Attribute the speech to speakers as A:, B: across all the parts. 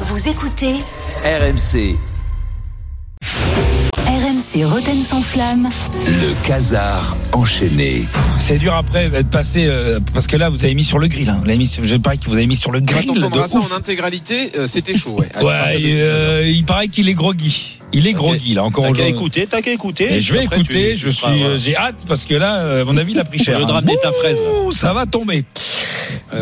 A: Vous écoutez
B: RMC,
A: RMC Roten sans flamme.
B: le casar enchaîné.
C: C'est dur après de passer euh, parce que là vous avez mis sur le grill. Hein. Vous l'avez mis sur- je parie que vous avez mis sur le grill.
D: Quand on
C: de
D: tombera ça
C: ouf.
D: en intégralité, euh, c'était chaud.
E: Ah,
D: Ouais,
C: Ouais, et, euh, il paraît qu'il est groggy. Il est groggy là encore
E: T'as qu'à
C: aujourd'hui.
E: écouter, t'as qu'à écouter.
C: Et je vais
E: Après,
C: écouter.
E: tu-
C: je
E: tu
C: suis,
E: feras, voilà.
C: euh, j'ai hâte parce que là, euh, à mon avis, il a pris cher.
E: Le
C: hein.
E: drame des ta fraise, là. Euh,
C: Ouh, Ça va tomber.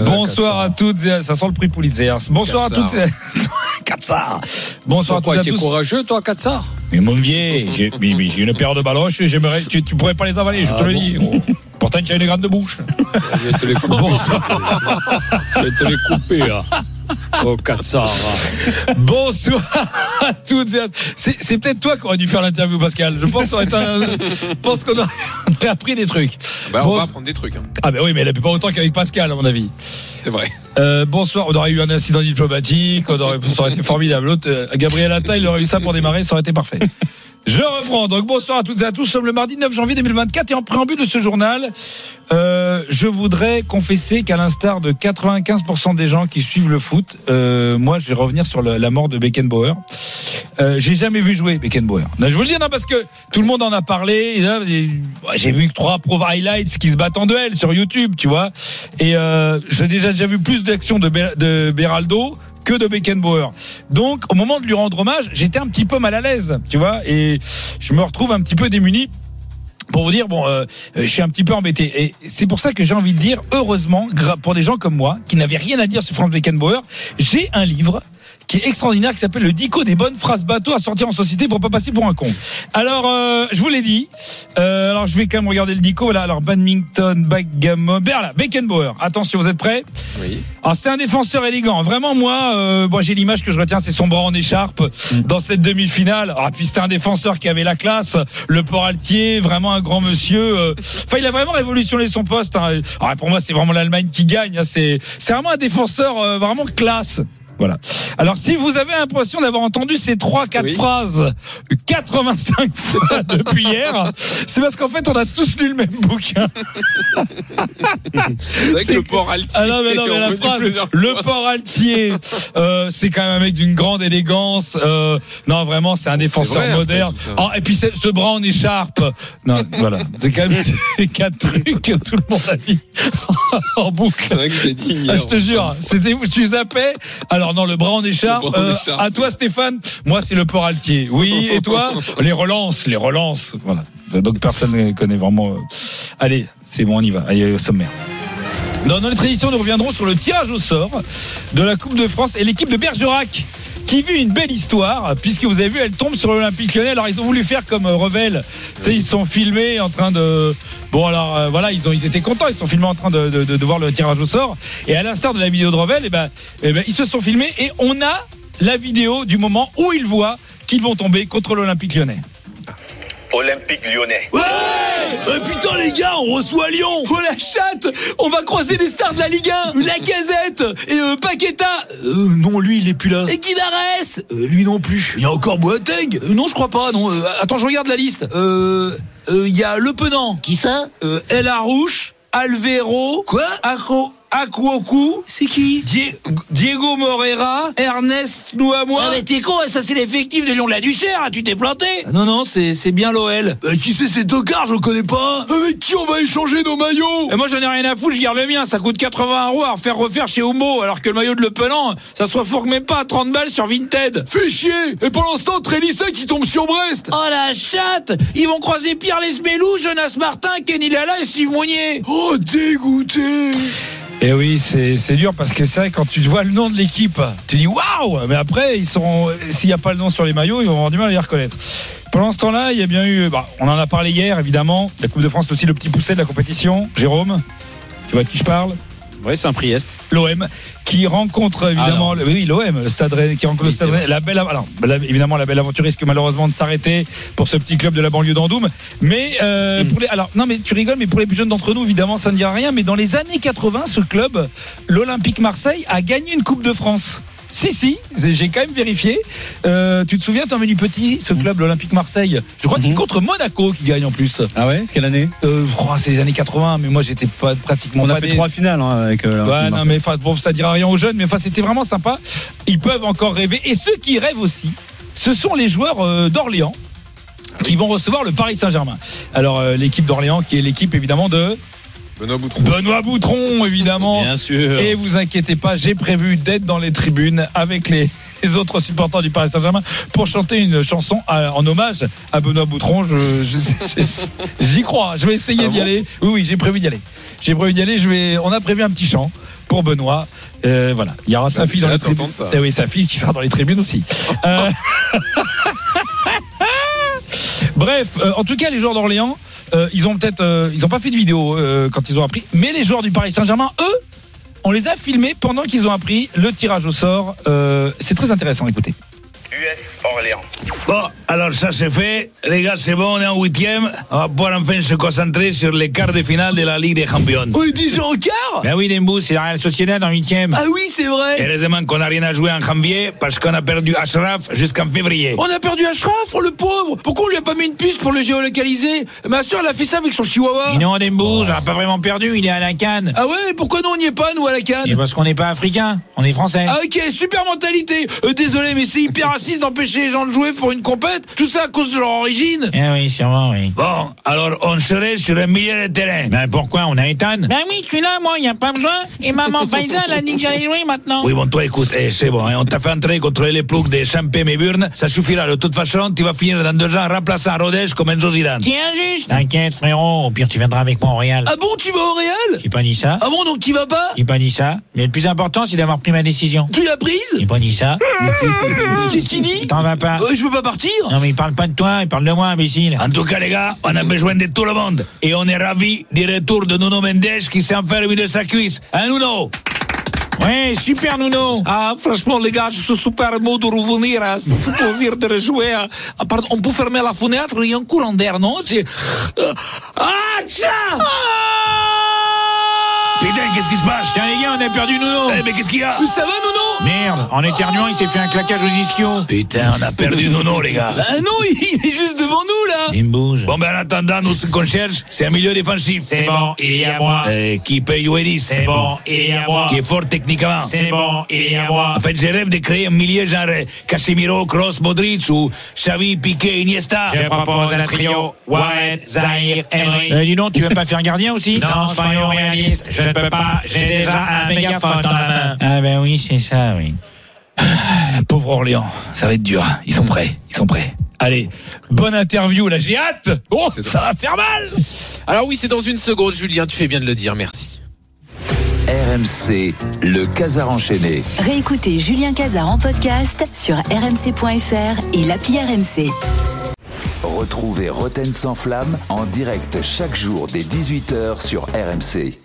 C: Bonsoir à toutes et à... ça sent le prix Pulitzer. Bonsoir à
F: Quatre
C: toutes. et à- Quatre ça. Bonsoir à toutes
F: Pourquoi
C: et à
F: tu es
C: tous.
F: courageux, toi, Katsar
C: Mais mon vieil, j'ai mais- mais j'ai une paire de baloches, et j'aimerais, tu, tu pourrais pas les avaler, je te le
F: Ah bon
C: dis. Oh. Pourtant, tu as une grande bouche.
F: Je vais te les couper. Je vais te les couper, là. Oh, Katsar.
C: Bonsoir à toutes et à C'est, c'est peut-être toi qui aurais dû faire l'interview, Pascal. Je pense qu'on aurait, été un- je pense qu'on aurait- on aurait appris des trucs.
D: Bah, on
C: Bon-
D: va apprendre des trucs. hein.
C: Ah, ben oui, mais elle a plus pas autant qu'avec Pascal, à mon avis.
D: C'est vrai.
C: Euh, bonsoir, on aurait eu un incident diplomatique, on aurait, ça aurait été formidable. L'autre, euh, Gabriel Attal, il aurait eu ça pour démarrer, ça aurait été parfait. Je reprends. Donc bonsoir à toutes et à tous. Nous sommes le mardi 9 janvier 2024 et en préambule de ce journal, euh, je voudrais confesser qu'à l'instar de 95% des gens qui suivent le foot, euh, moi je vais revenir sur le- la mort de Beckenbauer. Euh, j'ai jamais vu jouer Beckenbauer. Non, je vous le dis non parce que tout le monde en a parlé. Et là, J'ai j'ai vu que trois pro highlights qui se battent en duel sur YouTube, tu vois. Et euh, j'ai déjà déjà vu plus d'actions de, Be- de Beraldo que de Beckenbauer. Donc au moment de lui rendre hommage, j'étais un petit peu mal à l'aise, tu vois, et je me retrouve un petit peu démuni. Pour vous dire, bon, euh, euh, je suis un petit peu embêté. Et c'est pour ça que j'ai envie de dire, heureusement, gra- pour des gens comme moi, qui n'avaient rien à dire sur Franz Beckenbauer, j'ai un livre qui est extraordinaire, qui s'appelle Le Dico des bonnes phrases bateau à sortir en société pour pas passer pour un con. Alors, euh, je vous l'ai dit. Euh, alors, je vais quand même regarder le Dico. Voilà, alors, badminton, backgammon, Berla, Beckenbauer. Attention, vous êtes prêts
D: Oui.
C: alors c'était Ah, un défenseur élégant. Vraiment, moi, euh, moi j'ai l'image que je retiens, c'est son bras en écharpe dans cette demi-finale. Ah puis c'était un défenseur qui avait la classe, le port altier, vraiment un grand monsieur. euh. Enfin, il a vraiment révolutionné son poste. hein. Ah, pour moi, c'est vraiment l'Allemagne qui gagne. hein. C'est c'est vraiment un défenseur euh, vraiment classe. Voilà. Alors, si vous avez l'impression d'avoir entendu ces trois, quatre
D: Oui.
C: phrases 85 fois depuis hier, c'est parce qu'en fait, on a tous lu le même bouquin.
D: C'est vrai que
C: C'est
D: le
C: que-
D: port altier.
C: Ah non, mais non,
D: on
C: mais la
D: le dit
C: phrase,
D: plusieurs
C: le
D: fois.
C: port altier, euh, c'est quand même un mec d'une grande élégance. euh, non, vraiment, c'est un défenseur
D: vrai, après,
C: moderne.
D: tout ça.
C: Ah, et puis c'est- ce bras en écharpe. Non, voilà. C'est quand même ces quatre trucs que tout le monde a dit en
D: C'est
C: boucle.
D: vrai que je l'ai dit hier.
C: Ah, je te jure, c'était tu zappais. Alors non, le bras en écharpe.
D: Le bras en
C: euh,
D: écharpe.
C: à toi, Stéphane. Moi, c'est le port altier. Oui, et toi Les relances, les relances. Voilà. Donc personne ne connaît vraiment. euh. Allez, c'est bon, on y va. Allez, au sommaire. Dans notre édition, nous reviendrons sur le tirage au sort de la Coupe de France et l'équipe de Bergerac qui vit une belle histoire puisque vous avez vu elle tombe sur l'Olympique Lyonnais alors ils ont voulu faire comme euh, Revel tu sais ils se sont filmés en train de bon alors euh, voilà ils ont ils étaient contents ils se sont filmés en train de, de- de- de voir le tirage au sort et à l'instar de la vidéo de Revel et ben, eh ben, ils se sont filmés et on a la vidéo du moment où ils voient qu'ils vont tomber contre l'Olympique Lyonnais
G: Olympique lyonnais.
H: Ouais Euh, Putain les gars, on reçoit Lyon Oh la chatte On va croiser les stars de la Ligue 1 La Casette Et euh, Paqueta Euh, Non, lui, il est plus là. Et Guimarès Euh, Lui non plus. Il y a encore Boateng Euh, Non, je crois pas, non. Euh, attends, je regarde la liste. Euh... euh, Il y a Le Penant. Qui ça euh, El Arouche, Alvero... Quoi Ako... Akuoku, c'est qui Diego Morera, Ernest Nouamoua. Ah mais t'es con, ça c'est l'effectif de Lyon de la Duchère, hein, tu t'es planté. Ah, non non, c'est c'est bien l'OL. Euh, qui c'est ces tocards, je connais pas. Euh, Avec qui on va échanger nos maillots Moi j'en ai rien à foutre, je garde le mien, ça coûte 80 euros à refaire refaire chez Homo, alors que le maillot de Le Penant, ça se refourgue même pas à 30 balles sur Vinted. Fais chier. Et pour l'instant, Trélissa qui tombe sur Brest. Oh la chatte, ils vont croiser Pierre Lesmelou, Jonas Martin, Kenny Lala et Steve Mounier. Oh dégoûté.
C: Et Eh oui, c'est c'est dur parce que c'est vrai, quand tu vois le nom de l'équipe, tu dis waouh Mais après, ils seront, s'il n'y a pas le nom sur les maillots, ils vont avoir du mal à les reconnaître. Pendant ce temps-là, il y a bien eu, bah, on en a parlé hier évidemment, la Coupe de France, c'est aussi le petit poussé de la compétition. Jérôme, tu vois de qui je parle
E: Ouais, c'est un Priest.
C: L'OM qui rencontre évidemment le- oui l'OM le Stade Rennais qui rencontre le
E: Ah Oui,
C: Stade
E: c'est vrai.
C: Rennais. la belle av- alors, la- évidemment la belle aventure risque malheureusement de s'arrêter pour ce petit club de la banlieue d'Andoum mais
E: Mm.
C: euh, pour les alors non mais tu rigoles mais pour les plus jeunes d'entre nous évidemment ça ne dira rien mais dans les années 80 ce club l'Olympique Marseille a gagné une Coupe de France Si, si, j'ai quand même vérifié. Euh, tu te souviens, t'en menu petit,
E: Mm.
C: ce club, l'Olympique Marseille Je crois qu'il
E: Mhm.
C: contre Monaco qui gagne en plus.
E: Ah ouais C'est quelle année
C: Euh, oh, c'est les années 80, mais moi j'étais pas pratiquement
E: On
C: pas
E: a fait
C: né.
E: trois finales hein, avec euh, la
C: Ouais,
E: Marseille.
C: non, mais enfin, bon, ça dira rien aux jeunes, mais enfin, c'était vraiment sympa. Ils peuvent encore rêver. Et ceux qui rêvent aussi, ce sont les joueurs euh, d'Orléans qui vont recevoir le Paris Saint-Germain. Alors, euh, l'équipe d'Orléans, qui est l'équipe évidemment de
D: Benoît Boutron.
C: Benoît Boutron, évidemment.
E: Bien sûr.
C: Et vous inquiétez pas, j'ai prévu d'être dans les tribunes avec les, les autres supporters du Paris Saint-Germain pour chanter une chanson à- en hommage à Benoît Boutron. Je, je- je- j'y crois. Je vais
D: Ah
C: essayer d'y aller. Oui, oui, j'ai prévu d'y aller. J'ai prévu d'y aller. Je vais. On a prévu un petit chant pour Benoît. Euh, voilà, il y aura sa
D: Bah,
C: fille
D: j'ai
C: dans les
D: hâte
C: tribunes.
D: d'entendre ça.
C: Eh oui, sa fille qui sera dans les tribunes aussi. Euh, Bref, euh, en tout cas, les joueurs d'Orléans, euh, ils ont peut-être, euh, ils ont pas fait de vidéo euh, quand ils ont appris, mais les joueurs du Paris Saint-Germain, eux, on les a filmés pendant qu'ils ont appris le tirage au sort. Euh, c'est très intéressant, écoutez.
G: US Orléans.
H: Bon, alors ça c'est fait. Les gars, c'est Eh bon, on est en huitième. On va pouvoir enfin se concentrer sur les quarts de finale de la Ligue des Champions. Oui, déjà en quart Ben oui, Dembou, c'est la Real Sociedad en huitième. Ah oui, c'est vrai Heureusement qu'on n'a rien à jouer en janvier parce qu'on a perdu Ashraf jusqu'en février. On a perdu Ashraf, oh, le pauvre Pourquoi on lui a pas mis une puce pour le géolocaliser Ma soeur, elle a fait ça avec son chihuahua. non, Dembou, on n'a pas vraiment perdu, il est à la canne. Ah ouais, pourquoi nous on n'y est pas, nous, à la canne
I: Et parce qu'on n'est pas africain, on est français.
H: Ah, ok, super mentalité. Euh, désolé, mais c'est hyper raciste d'empêcher les gens de jouer pour une compète. Tout ça à cause de leur origine.
I: Eh oui, sûrement, oui.
H: Bon, alors on serait sur un milieu de terrain.
I: Ben pourquoi on a Ethan Ben oui, tu là, moi, y a pas besoin. Et maman Faiza, elle a dit que j'allais jouer maintenant.
H: Oui, bon, toi, écoute, eh, c'est bon, hein, on t'a fait entrer contre les ploucs des Champé Méburne, ça suffira. De toute façon, tu vas finir dans deux ans remplaçant Rodez comme Enzo Zidane.
I: C'est injuste. T'inquiète, frérot, au pire, tu viendras avec moi au Real.
H: Ah bon, tu vas au Real
I: J'ai pas dit ça.
H: Ah bon, donc tu vas pas
I: J'ai pas dit ça. Mais le plus important, c'est d'avoir pris ma décision.
H: Tu l'as prise
I: J'ai pas dit ça.
H: Qu'est-ce qu'il dit
I: T'en vas pas.
H: Euh, Je veux pas partir
I: Non, mais il parle pas de toi, il parle de moi, imbécile.
H: En tout cas, les gars, on a besoin de tout le monde. Et on est ravis du retour de Nuno Mendes qui s'est enfermé de sa cuisse. Hein, Nuno
I: Ouais, super, Nounou.
H: Ah, franchement, les gars, je suis super mot de revenir. hein. C'est un plaisir de rejouer. hein. Ah, pardon, on peut fermer la fenêtre Il y a un courant d'air, non C'est- é? Ah, tiens Putain, qu'est-ce qui se passe
I: Tiens, les gars, on a perdu Nounou.
H: Eh, mais qu'est-ce qu'il y a Ça va, Nono
I: Merde, en éternuant, il s'est fait un claquage aux ischios.
H: Putain, on a perdu Nono, les gars. Ah non, il est juste devant nous, là
I: Dimbouze.
H: Bon, ben en attendant, nous, ce qu'on cherche, c'est un milieu défensif.
I: C'est bon, il est à moi.
H: Euh, qui peut jouer 10.
I: C'est bon, il est à moi.
H: Qui est fort techniquement.
I: C'est bon, il est à moi.
H: En fait, je rêve de créer un milieu genre euh, Casemiro, Kroos, Modric ou Xavi, Piqué, Iniesta.
I: Je propose un trio Warren, Zahir, Emery. Euh, dis donc, tu veux pas faire gardien aussi Non, soyons réalistes, je ne peux pas, j'ai déjà un mégaphone dans la main. Ah ben oui, c'est ça, oui.
H: Ah,
C: Pauvre Orléans, ça va être dur.
H: hein.
C: Ils sont prêts, ils sont prêts. Allez, bonne interview, là j'ai hâte Oh, ça va faire mal
D: Alors oui, c'est dans une seconde, Julien, tu fais bien de le dire, merci.
B: RMC, le Casar enchaîné.
A: Réécoutez Julien Cazard en podcast sur rmc.fr et l'appli RMC.
B: Retrouvez Roten sans flamme en direct chaque jour dès 18h sur RMC.